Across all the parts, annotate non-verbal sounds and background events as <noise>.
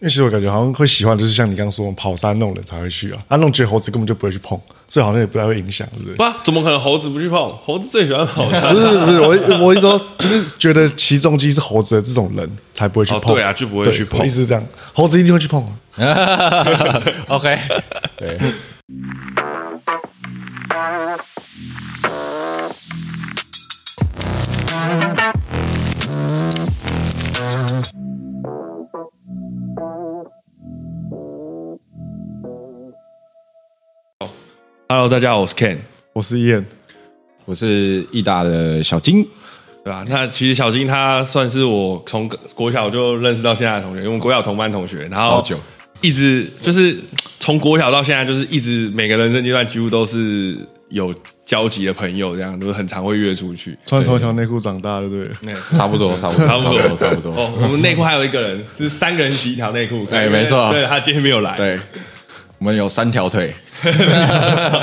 为其实我感觉好像会喜欢，就是像你刚刚说跑山那种人才会去啊，啊那种觉得猴子根本就不会去碰，所以好像也不太会影响，对不对？不啊，怎么可能猴子不去碰？猴子最喜欢跑 <laughs> 山。不是不是，我我一说就是觉得起重机是猴子的这种人才不会去哦碰，对啊就不会对去碰我意思是这样，猴子一定会去碰啊。 OK，对， Hello，大家好，我是 Ken。我是燕，我是义大的小金，对啊，那其实小金他算是我从国小就认识到现在的同学，因为我们国小同班同学，然后超久一直就是从国小到现在，就是一直每个人生阶段几乎都是有交集的朋友，这样就是很常会约出去。穿同一条内裤长大，对不对？那差不 <laughs> 多，差不多，差不多，差不多。哦，我们内裤还有一个人是三个人洗一条内裤，哎没错对他今天没有来。对，我们有三条腿，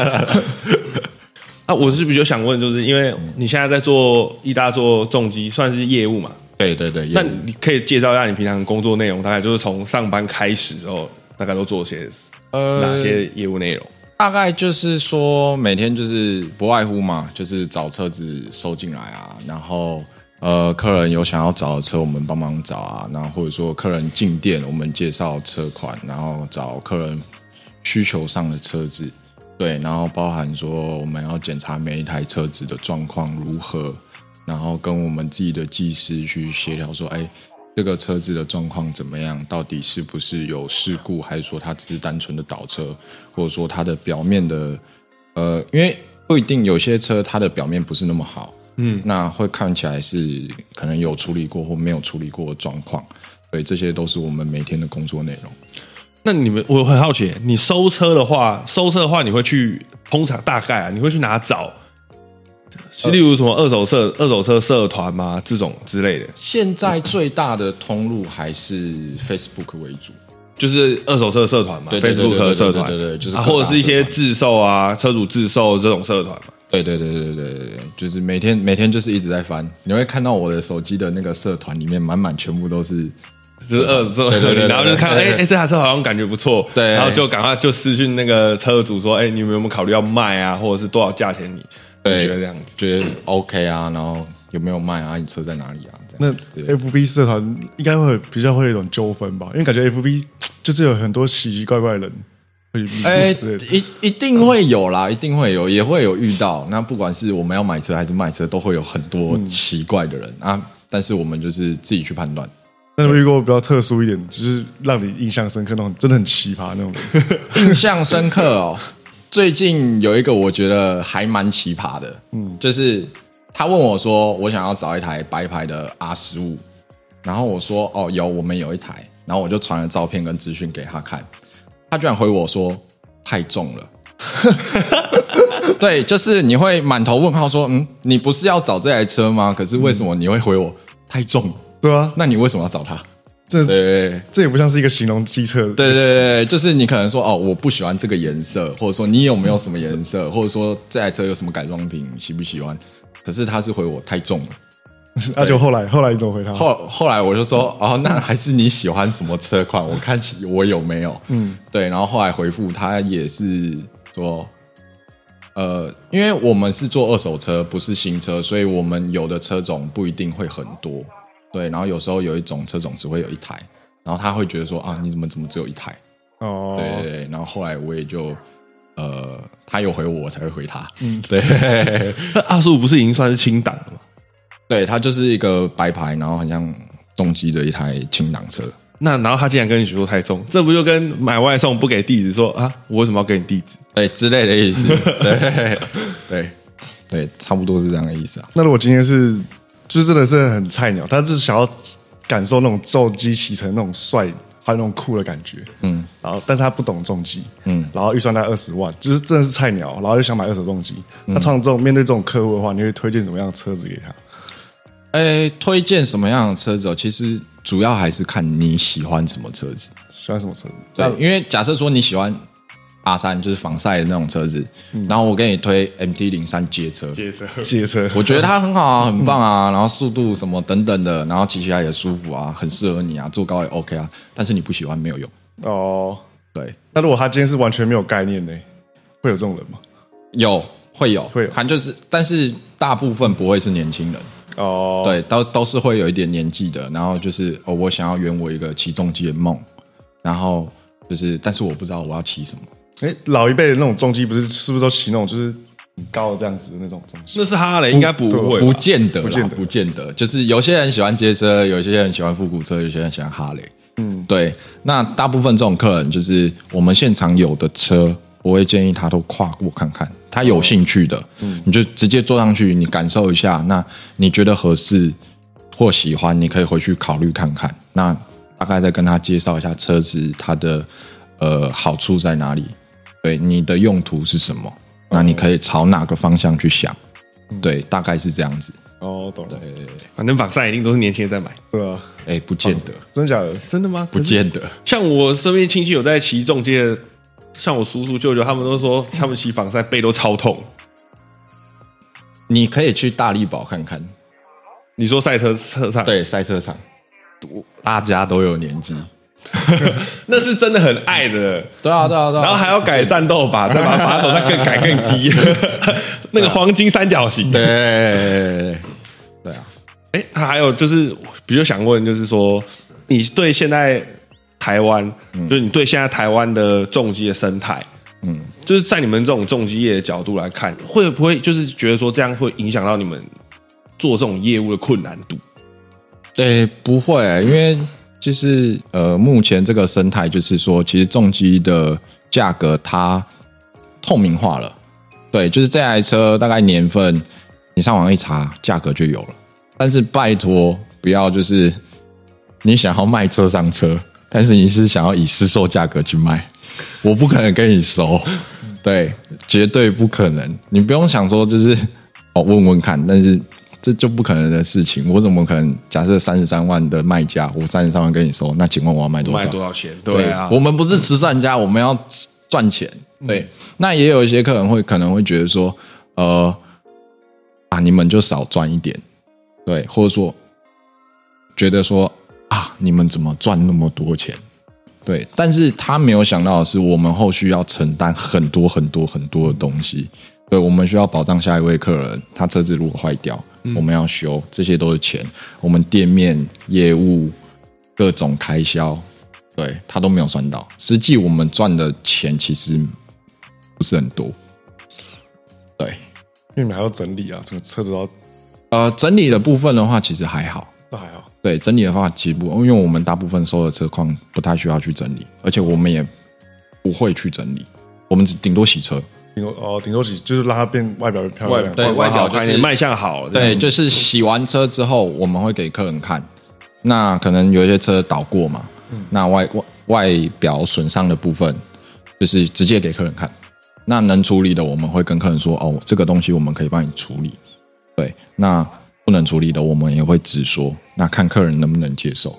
<laughs> 啊，我是比较想问，就是因为你现在在做意大做重机，算是业务嘛？对对对，那也你可以介绍一下你平常工作内容，大概就是从上班开始之后，大概都做些呃哪些业务内容？大概就是说，每天就是不外乎嘛，就是找车子收进来啊，然后呃，客人有想要找的车，我们帮忙找啊，然后或者说客人进店，我们介绍车款，然后找客人需求上的车子，对，然后包含说我们要检查每一台车子的状况如何，然后跟我们自己的技师去协调说，哎。这个车子的状况怎么样？到底是不是有事故，还是说它只是单纯的倒车，或者说它的表面的呃，因为不一定有些车它的表面不是那么好，嗯，那会看起来是可能有处理过或没有处理过的状况，所以这些都是我们每天的工作内容。那你们，我很好奇，你收车的话，收车的话，你会去通常大概啊，你会去哪找？例如什么二手车、二手车社团嘛，这种之类的，现在最大的通路还是 Facebook 为主，就是二手车社团嘛对对对对，Facebook 对对社团，对对对就是啊各大或者是一些社团自售啊，车主自售这种社团嘛。对对对对对对对，就是每天每天就是一直在翻，你会看到我的手机的那个社团里面满满全部都是就是二手对 <laughs> 对对对然后就看到，对对哎对哎，这台车好像感觉不错，对然后就赶快就私讯那个车主说，哎，你们有没有考虑要卖啊，或者是多少价钱你对你觉得这样子？觉得 OK 啊，然后有没有卖啊？你车在哪里啊？这那样对 FB 社团应该会比较会有一种纠纷吧，因为感觉 FB 就是有很多奇奇怪怪的人会迷路哎、之类的。一一定会有啦，一定会有，也会有遇到。那不管是我们要买车还是卖车，都会有很多奇怪的人、啊。但是我们就是自己去判断，那你有没有遇过比较特殊一点，就是让你印象深刻那种，真的很奇葩那种 <laughs> 人？印象深刻哦。最近有一个我觉得还蛮奇葩的，嗯，就是他问我说，我想要找一台白牌的 R 十五，然后我说哦有，我们有一台，然后我就传了照片跟资讯给他看，他居然回我说太重了。对，就是你会满头问号说，嗯，你不是要找这台车吗？可是为什么你会回我太重？对啊，那你为什么要找它？这对，这也不像是一个形容机车。对对对，对，就是你可能说哦，我不喜欢这个颜色，或者说你有没有什么颜色，或者说这台车有什么改装品，喜不喜欢？可是他是回我太重了， <laughs> 那就后来后来你怎么回他？后后来我就说哦，那还是你喜欢什么车款，我看起我有没有，嗯，对，然后后来回复他也是说，呃，因为我们是做二手车，不是新车，所以我们有的车种不一定会很多，对，然后有时候有一种车种只会有一台，然后他会觉得说啊，你怎么怎么只有一台？哦，对对对，然后后来我也就呃，他有回我，我才会回他。嗯，对， <laughs> 那二十五不是已经算是清档了吗？对他就是一个白牌，然后很像重机的一台轻档车。那然后他竟然跟你说太重，这不就跟买外送不给地址说啊，我为什么要给你地址？对之类的意思，对 <laughs> 对对，差不多是这样的意思啊。那如果今天是，就是真的是很菜鸟，他就是想要感受那种重机骑乘那种帅还有那种酷的感觉，嗯，然后但是他不懂重机，嗯，然后预算在二十万，就是真的是菜鸟，然后又想买二手重机，嗯那通常这种面对这种客户的话，你会推荐什么样的车子给他？诶，哎推荐什么样的车子、哦？其实主要还是看你喜欢什么车子。喜欢什么车子？对，因为假设说你喜欢 R 三，就是防晒的那种车子，然后我给你推 MT 零三嗯街车，接着借车，我觉得它很好啊，很棒啊，然后速度什么等等的，然后骑起来也舒服啊，很适合你啊，坐高也 OK 啊，但是你不喜欢没有用，哦。对，那如果他今天是完全没有概念呢，会有这种人吗？有会有会有还就是，但是大部分不会是年轻人，哦，，对，都都是会有一点年纪的，然后就是哦，我想要圆我一个骑重机的梦，然后就是，但是我不知道我要骑什么。哎，老一辈的那种重机不是是不是都骑那种就是很高的这样子的那种重机？那是哈雷，应该不会吧，不见得啦，不不见见得得，就是有些人喜欢街车，有些人喜欢复古车，有些人喜欢哈雷。嗯，对。那大部分这种客人，就是我们现场有的车，我会建议他都跨过看看，他有兴趣的，你就直接坐上去，你感受一下。那你觉得合适或喜欢，你可以回去考虑看看。那大概再跟他介绍一下车子它的呃好处在哪里，对你的用途是什么，那你可以朝哪个方向去想。对，大概是这样子。哦，懂了，对，反正防晒一定都是年轻人在买，对啊，哎，不见得，真的假的？真的吗？不见得，像我身边亲戚有在骑重机的，像我叔叔舅舅他们都说，他们骑防晒背都超痛。你可以去大力宝看看，你说赛车车上，，对，赛车场，大家都有年纪。那是真的很爱的，对啊，对啊，对啊。然后还要改战斗靶，再把把手再更改更低，那个黄金三角形。对，对，对啊，哎，还有就是，比较想问，就是说，你对现在台湾，就是你对现在台湾的重机的生态，嗯，就是在你们这种重机业的角度来看，会不会就是觉得说这样会影响到你们做这种业务的困难度？对，不会，因为就是呃，目前这个生态就是说，其实重机的价格它透明化了，对，就是这台车大概年份，你上网一查，价格就有了。但是拜托，不要就是你想要卖车上车，但是你是想要以市售价格去卖，我不可能跟你熟，对，绝对不可能。你不用想说就是哦问问看，但是这就不可能的事情。我怎么可能假设三十三万的卖价，我三十三万跟你收，那请问我要卖多卖少？多少钱？对啊，嗯我们不是慈善家，我们要赚钱。对，那也有一些客人会可能会觉得说，呃，啊，你们就少赚一点，对，或者说觉得说啊，你们怎么赚那么多钱？对，但是他没有想到的是，我们后续要承担很多很多很多的东西。对，我们需要保障下一位客人，他车子如果坏掉，嗯我们要修，这些都是钱。我们店面业务各种开销，对他都没有算到。实际我们赚的钱其实不是很多。对，因为你们还要整理啊，整个车子都要呃，整理的部分的话，其实还好。这还好，对，整理的话，其实不，因为我们大部分收的车况不太需要去整理，而且我们也不会去整理，我们只顶多洗车。顶多哦顶多几就是让它变外表变漂亮，对外表就是看你卖相好，这对，样就是洗完车之后，我们会给客人看。那可能有一些车倒过嘛，那外外外表损伤的部分，就是直接给客人看。那能处理的，我们会跟客人说哦，这个东西我们可以帮你处理。对，那不能处理的，我们也会直说，那看客人能不能接受。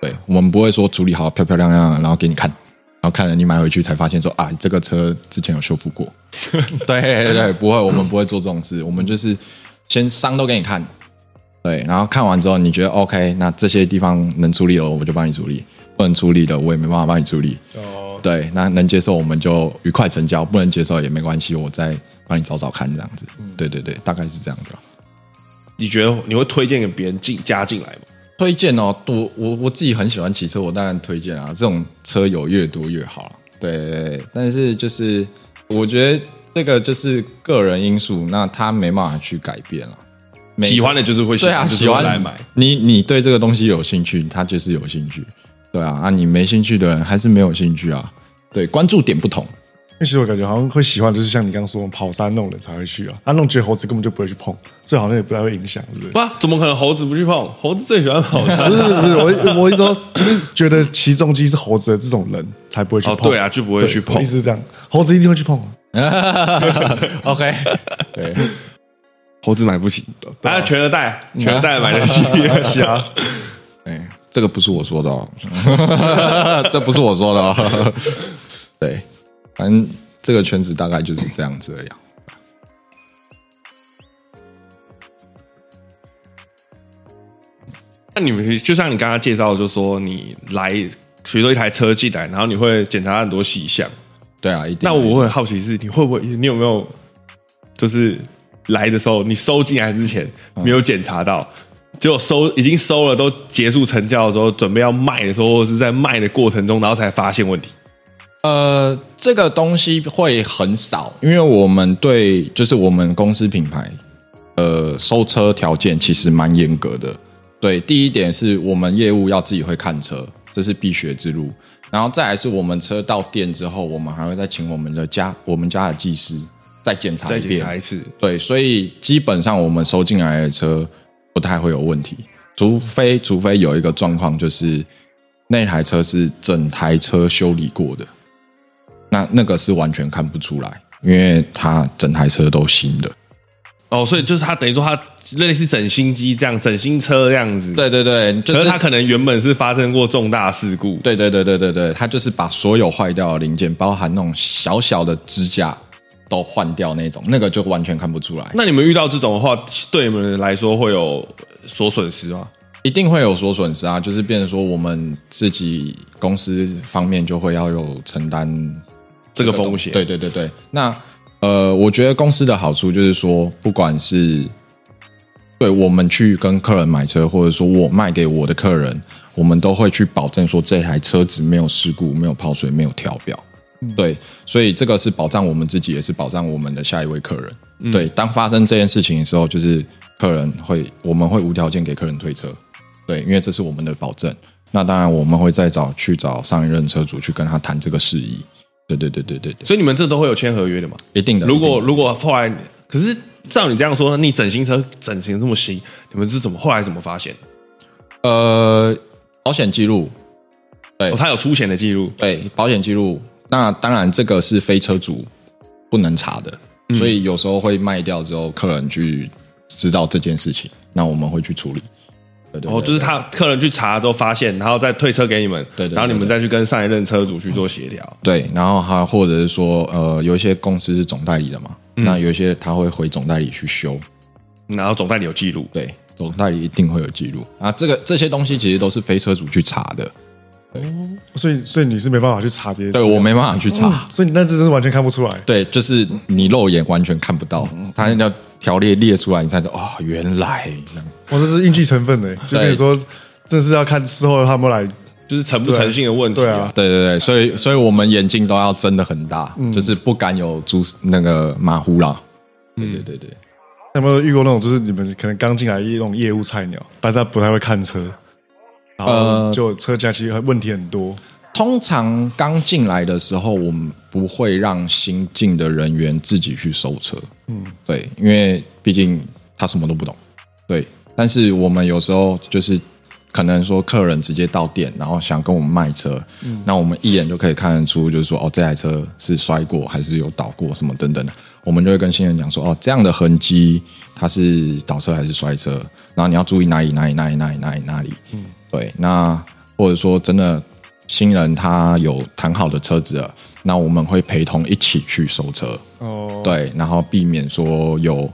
对，我们不会说处理好漂漂亮亮的，然后给你看，然后看了你买回去才发现说啊，这个车之前有修复过。 <laughs> 对对对，不会，我们不会做这种事，我们就是先伤都给你看，对，然后看完之后你觉得 OK，那这些地方能处理了，我就帮你处理；不能处理的，我也没办法帮你处理。哦，对，那能接受我们就愉快成交，不能接受也没关系，我再帮你找找看这样子。对对对，大概是这样子啊。你觉得你会推荐给别人进加进来吗？推荐哦，我我我自己很喜欢骑车，我当然推荐啊，这种车有越多越好啊。对对对，但是就是我觉得这个就是个人因素，那他没办法去改变了。每个喜欢的就是会对啊，就是喜会欢来买。你你对这个东西有兴趣，他就是有兴趣。对啊，啊，你没兴趣的人还是没有兴趣啊。对，关注点不 <laughs> 同。 <laughs> 因为其实我感觉好像会喜欢，就是像你刚刚说的跑山那种人才会去啊，啊，那种绝猴子根本就不会去碰，所以好像也不太会影响，对 <laughs> 不对？不啊，怎么可能猴子不去碰？猴子最喜欢跑哦 <laughs> 山。不是不是，我我一直说就是觉得骑重机是猴子的这种人才不会去哦碰，对啊就不会对去碰我意思是这样，猴子一定会去碰，啊 OK，对，猴子买不起，啊，全额贷，全额贷买得起。嗯 <laughs> 是啊，哎，这个不是我说 <laughs> 的哦，这不是我说的哦。对，反正这个圈子大概就是这样子而已啊。 <laughs> 那你们就像你刚刚介绍，就说你来，比如说一台车进来，然后你会检查很多细项。对啊，一定。那我很好奇是，你会不会，你有没有，就是来的时候，你收进来之前嗯没有检查到，结果收已经收了，都结束成交的时候，准备要卖的时候，或者是在卖的过程中，然后才发现问题。呃，这个东西会很少，因为我们对就是我们公司品牌，呃，收车条件其实蛮严格的。对，第一点是我们业务要自己会看车，这是必学之路。然后再来是我们车到店之后，我们还会再请我们的家我们家的技师再检查再一检遍查。一次，对，所以基本上我们收进来的车不太会有问题，除非除非有一个状况，就是那台车是整台车修理过的，那那个是完全看不出来，因为它整台车都新的。哦，所以就是他等于说他类似整新机这样，整新车这样子。，对对对，就可是是他可能原本是发生过重大事故，对对对对对对，它就是把所有坏掉的零件，包含那种小小的支架都换掉那种，那个就完全看不出来。那你们遇到这种的话，对你们来说会有所损失吗？一定会有所损失啊，就是变成说我们自己公司方面就会要有承担这个风险，对对对对，那呃，我觉得公司的好处就是说，不管是对我们去跟客人买车，或者说我卖给我的客人，我们都会去保证说这台车子没有事故、没有泡水、没有跳表。嗯对，所以这个是保障我们自己，也是保障我们的下一位客人。嗯对，当发生这件事情的时候，就是客人会，我们会无条件给客人退车。对，因为这是我们的保证。那当然，我们会再找去找上一任车主去跟他谈这个事宜。对对对对对对，所以你们这都会有签合约的嘛？一定的。如果一定的如果后来，可是照你这样说，你整新车整形这么新，你们是怎么后来怎么发现？呃，保险记录，对哦，他有出险的记录，对，保险记录，那当然这个是非车主不能查的，嗯所以有时候会卖掉之后，客人去知道这件事情，那我们会去处理。对对然后哦对就是对他客人去查之后发现，然后再退车给你们，对对对然后你们再去跟上一任车主去做协调。对，然后还或者是说，呃，有一些公司是总代理的嘛，那有一些他会回总代理去修，然后总代理有记录，嗯对，总代理一定会有记录啊。这个这些东西其实都是非车主去查的，所以所以你是没办法去查这些，对我，没办法去查。啊所以你那只是完全看不出来。对，就是你肉眼完全看不到，它要条列列出来，你才知道哦，原来这样哇，这是运气成分的，就跟你说，这是要看事后他们来。就是诚不诚信的问题、对啊，，对对对，所以所以我们眼睛都要睁得很大，就是不敢有蛛丝那个马虎啦。对对对对，有没有遇过那种，就是你们可能刚进来那种业务菜鸟，但是他不太会看车，然后呃就车架其实问题很多。通常刚进来的时候，我们不会让新进的人员自己去收车，嗯，对，因为毕竟他什么都不懂，对。但是我们有时候就是可能说客人直接到店，然后想跟我们卖车，那我们一眼就可以看得出，就是说哦，这台车是摔过还是有倒过什么等等的，我们就会跟新人讲说哦，这样的痕迹它是倒车还是摔车，然后你要注意哪里哪里哪里哪里哪里哪里，嗯，对。那或者说真的新人他有谈好的车子了，那我们会陪同一起去收车，哦，对，然后避免说有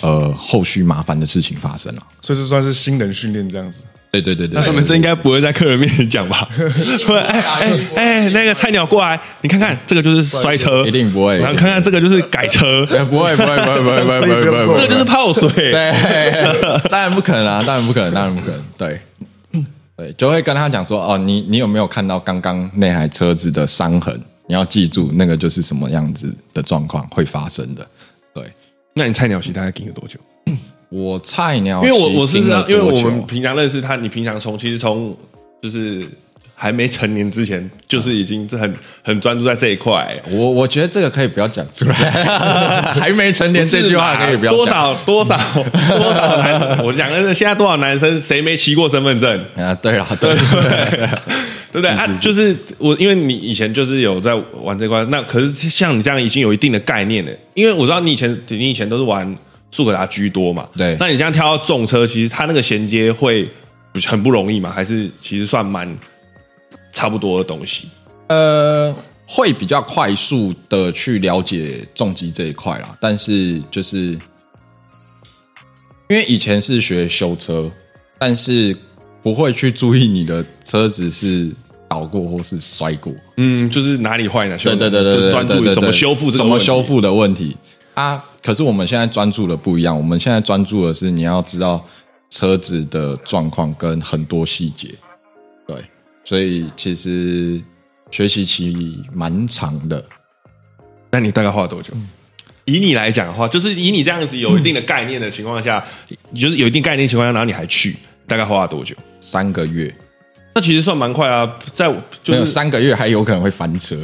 呃后续麻烦的事情发生了。所以这算是新人训练这样子。对对对对，那你们这应该不会在客人面前讲 <laughs> 吧？会哎哎哎，那个菜鸟过来，你看看这个就是摔车，一定不会然后看看这个就是改 <laughs> 车，呃不会不会不会不会不会不会不会不这会，个就是泡水，对， <laughs> 当然不可能啊，当然不可能，当然不可能，对。对，就会跟他讲说，哦，你你有没有看到刚刚那台车子的伤痕？你要记住，那个就是什么样子的状况会发生的。对那你菜鸟期大概盯了多久？我菜鸟因期为盯我哦了多久，我是知道，因为我们平常认识他，你平常从其实从就是还没成年之前，就是已经是很很专注在这一块。我我觉得这个可以不要讲出 <laughs> 来，还没成年这句话可以不要多讲少多少多少男，我讲的是现在多少男生谁没骑过身份证，啊？对啦，对 <laughs> <laughs> 对不对啊？就是我，因为你以前就是有在玩这块，那可是像你这样已经有一定的概念了，因为我知道你以前你以前都是玩速可达居多嘛，对那你这样挑到重车，其实它那个衔接会很不容易嘛，还是其实算蛮差不多的东西。呃，会比较快速的去了解重机这一块啦，但是就是因为以前是学修车，但是不会去注意你的车子是倒过或是摔过，嗯，就是哪里坏哪修对哪，对对对就对，是专对注对于怎么对修复这个怎么问题修复的问题啊。可是我们现在专注的不一样，我们现在专注的是你要知道车子的状况跟很多细节，对，所以其实学习期蛮长的。那你大概花了多久？嗯以你来讲的话，就是以你这样子有一定的概念的情况下，就是有一定概念的情况下，然后你还去，大概花了多久？三个月，那其实算蛮快啊，在没就有是三个月还有可能会翻车，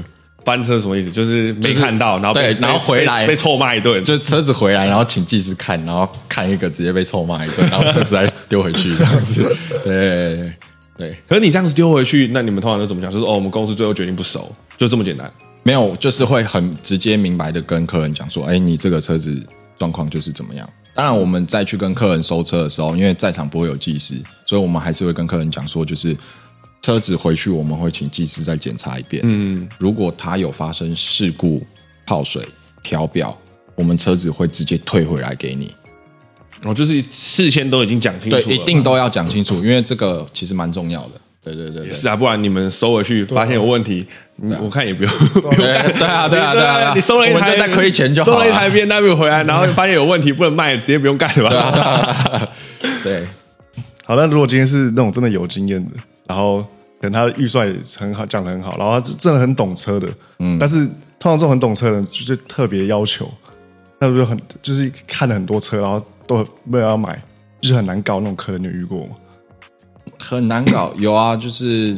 翻车什么意思？就是没就是看到，然后被对然后被回来被被臭骂一顿，就车子回来，然后请技师看，然后看一个直接被臭骂一顿，然后车子再丢回去这样子。对对，可是你这样子丢回去，那你们通常都怎么讲？就是哦，我们公司最后决定不收，就这么简单。没有，就是会很直接明白的跟客人讲说，哎，你这个车子状况就是怎么样。当然，我们再去跟客人收车的时候，因为在场不会有技师，所以我们还是会跟客人讲说，就是车子回去我们会请技师再检查一遍。嗯，如果它有发生事故、泡水、调表，我们车子会直接退回来给你。然后哦就是事先都已经讲清楚对了，，一定都要讲清嗯楚，因为这个其实蛮重要的。对对对也对，是啊，不然你们收回去发现有问题，你我看也不用不用干 <laughs> 啊 <laughs> 对对啊对啊对啊对啊你收了一我们台就在亏钱就好收了一了台 B N W 回来，然后发现有问题不能卖，直接不用干了啊吧？对，好，那如果今天是那种真的有经验的，然后可能他的预算也很好，讲的很好，然后他真的很懂车的，嗯，但是通常这种很懂车的人就是特别要求，那不就很就是看了很多车，然后都很没有要买，就是很难搞那种客人，你有遇过吗？很难 <coughs> 搞。有啊，就是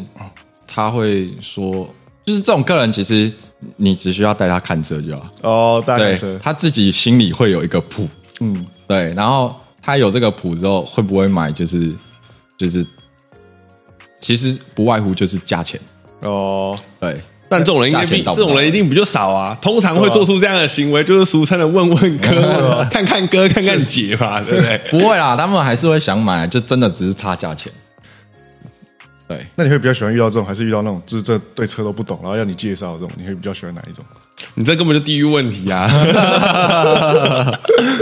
他会说，就是这种客人，其实你只需要带他看车就好。哦，大概对车，他自己心里会有一个谱，嗯，对，然后他有这个谱之后，会不会买？就是就是，其实不外乎就是价钱。哦，对，但这种人应该价比钱到这不啊到种人一定比较少啊。通常会做出这样的行为，就是俗称的问问 <laughs> 啊哥、看看哥、看看姐嘛，对不对？不会 <coughs> 啦，他们还是会想买，就真的只是差价钱。对，那你会比较喜欢遇到这种，还是遇到那种就是这对车都不懂，然后要你介绍的这种，你会比较喜欢哪一种？你这根本就地域问题啊！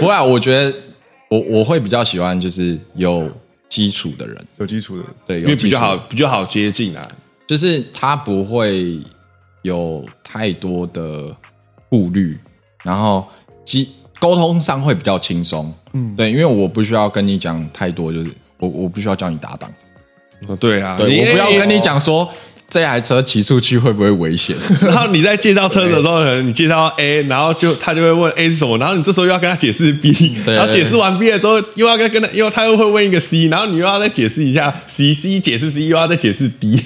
不会、啊，我觉得我我会比较喜欢就是有基础的人，有基础的，对，因有为基比较础好，比较好接近啊。就是他不会有太多的顾虑，然后基沟通上会比较轻松。嗯，对，因为我不需要跟你讲太多，就是我我不需要叫你打档，哦对啊，对我不要跟你你讲说这台车骑出去会不会危 <laughs> 险。然后你在介绍车子的时候，可能你介绍 A，然后就他就会问 A 是什么，然后你这时候又要跟他解释 B，对然后解释完 B 了之后，又要跟跟他，又他又会问一个 C，然后你又要再解释一下 C，C 解释 C 又要再解释 D，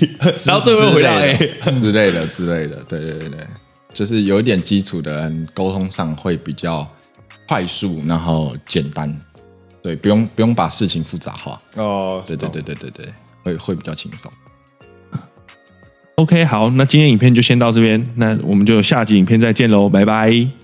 然后哦最后又回哎嗯到 <laughs> A。之类的之类的之类的，对对对对，就是有一点基础的人，沟通上会比较快速，然后简单，对，不用不用把事情复杂化，哦，对对对对对对，会会比较轻松。 OK，好，那今天影片就先到这边，那我们就下集影片再见喽，拜拜。